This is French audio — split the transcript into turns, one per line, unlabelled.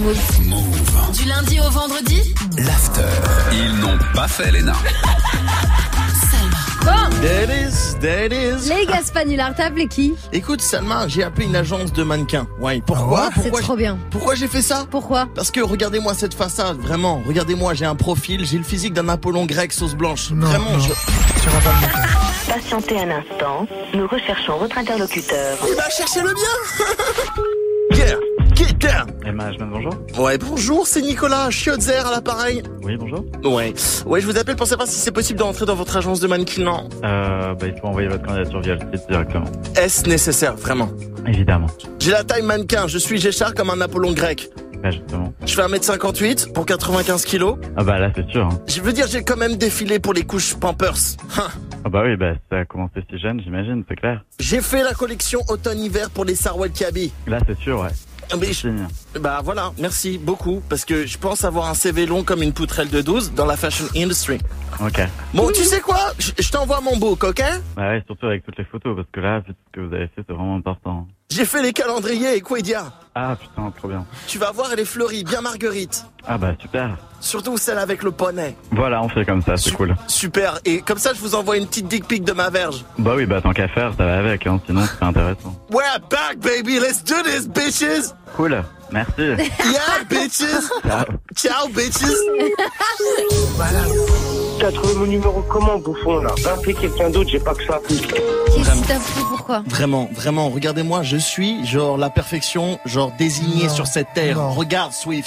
Move.
Move.
Du lundi au vendredi,
L'after. Ils n'ont pas fait Léna.
Salma.
Bon,
There it is, there it is.
les Gaspanular, t'as appelé qui
Écoute, Salma, j'ai appelé une agence de mannequins. Ouais,
Ah
pourquoi
Oh, C'est
Pourquoi
trop
j'ai-
bien.
pourquoi j'ai fait ça
Pourquoi
Parce que regardez-moi cette façade, vraiment. Regardez-moi, j'ai un profil, j'ai le physique d'un Apollon grec sauce blanche. vraiment, je-
Patientez un instant, nous recherchons votre interlocuteur.
il va chercher le bien. yeah, get down.
Emma Hachman, bonjour.
Ouais, bonjour, c'est Nicolas Chiozzer à l'appareil.
Oui, bonjour.
Ouais, ouais, je vous appelle pour savoir si c'est possible d'entrer dans votre agence de mannequins.
Euh, bah, il faut envoyer votre candidature via le site directement.
Est-ce nécessaire, vraiment
Évidemment.
J'ai la taille mannequin, je suis Géchard comme un Apollon grec.
Bah, justement.
Je fais 1m58 pour 95 kilos.
Ah, bah, là, c'est sûr. hein.
Je veux dire, j'ai quand même défilé pour les couches Pampers. Hein.
Ah, bah oui, bah, ça a commencé si jeune, j'imagine, c'est clair.
J'ai fait la collection automne-hiver pour les Sarwell Kaby.
Là, c'est sûr, ouais.
Mais je-
Signe.
bah voilà, merci beaucoup, parce que je pense avoir un CV long comme une poutrelle de 12 dans la fashion industry.
Ok.
Bon, tu sais quoi Je je t'envoie mon beau coquin.
Bah, ouais, surtout avec toutes les photos, parce que là, vu ce que vous avez fait, c'est vraiment important.
J'ai fait les calendriers et Quedia.
Ah, putain, trop bien.
Tu vas voir, elle est fleurie, bien marguerite.
Ah, bah, super.
Surtout celle avec le poney.
Voilà, on fait comme ça, c'est
Su-
cool.
Super, et comme ça, je vous envoie une petite dick pic de ma verge.
Bah oui, bah, tant qu'à faire, ça va avec, hein. Sinon, c'est pas intéressant.
We're back, baby, let's do this, bitches
Cool. Merci.
Yeah, bitches
Ciao.
Ciao, bitches
T'as trouvé mon numéro comment, bouffon, là Va appeler quelqu'un d'autre, j'ai pas que ça.
Qu'est-ce que t'as fait Pourquoi
Vraiment, vraiment, regardez-moi, je suis genre la perfection, genre désignée sur cette terre. Regarde Swift.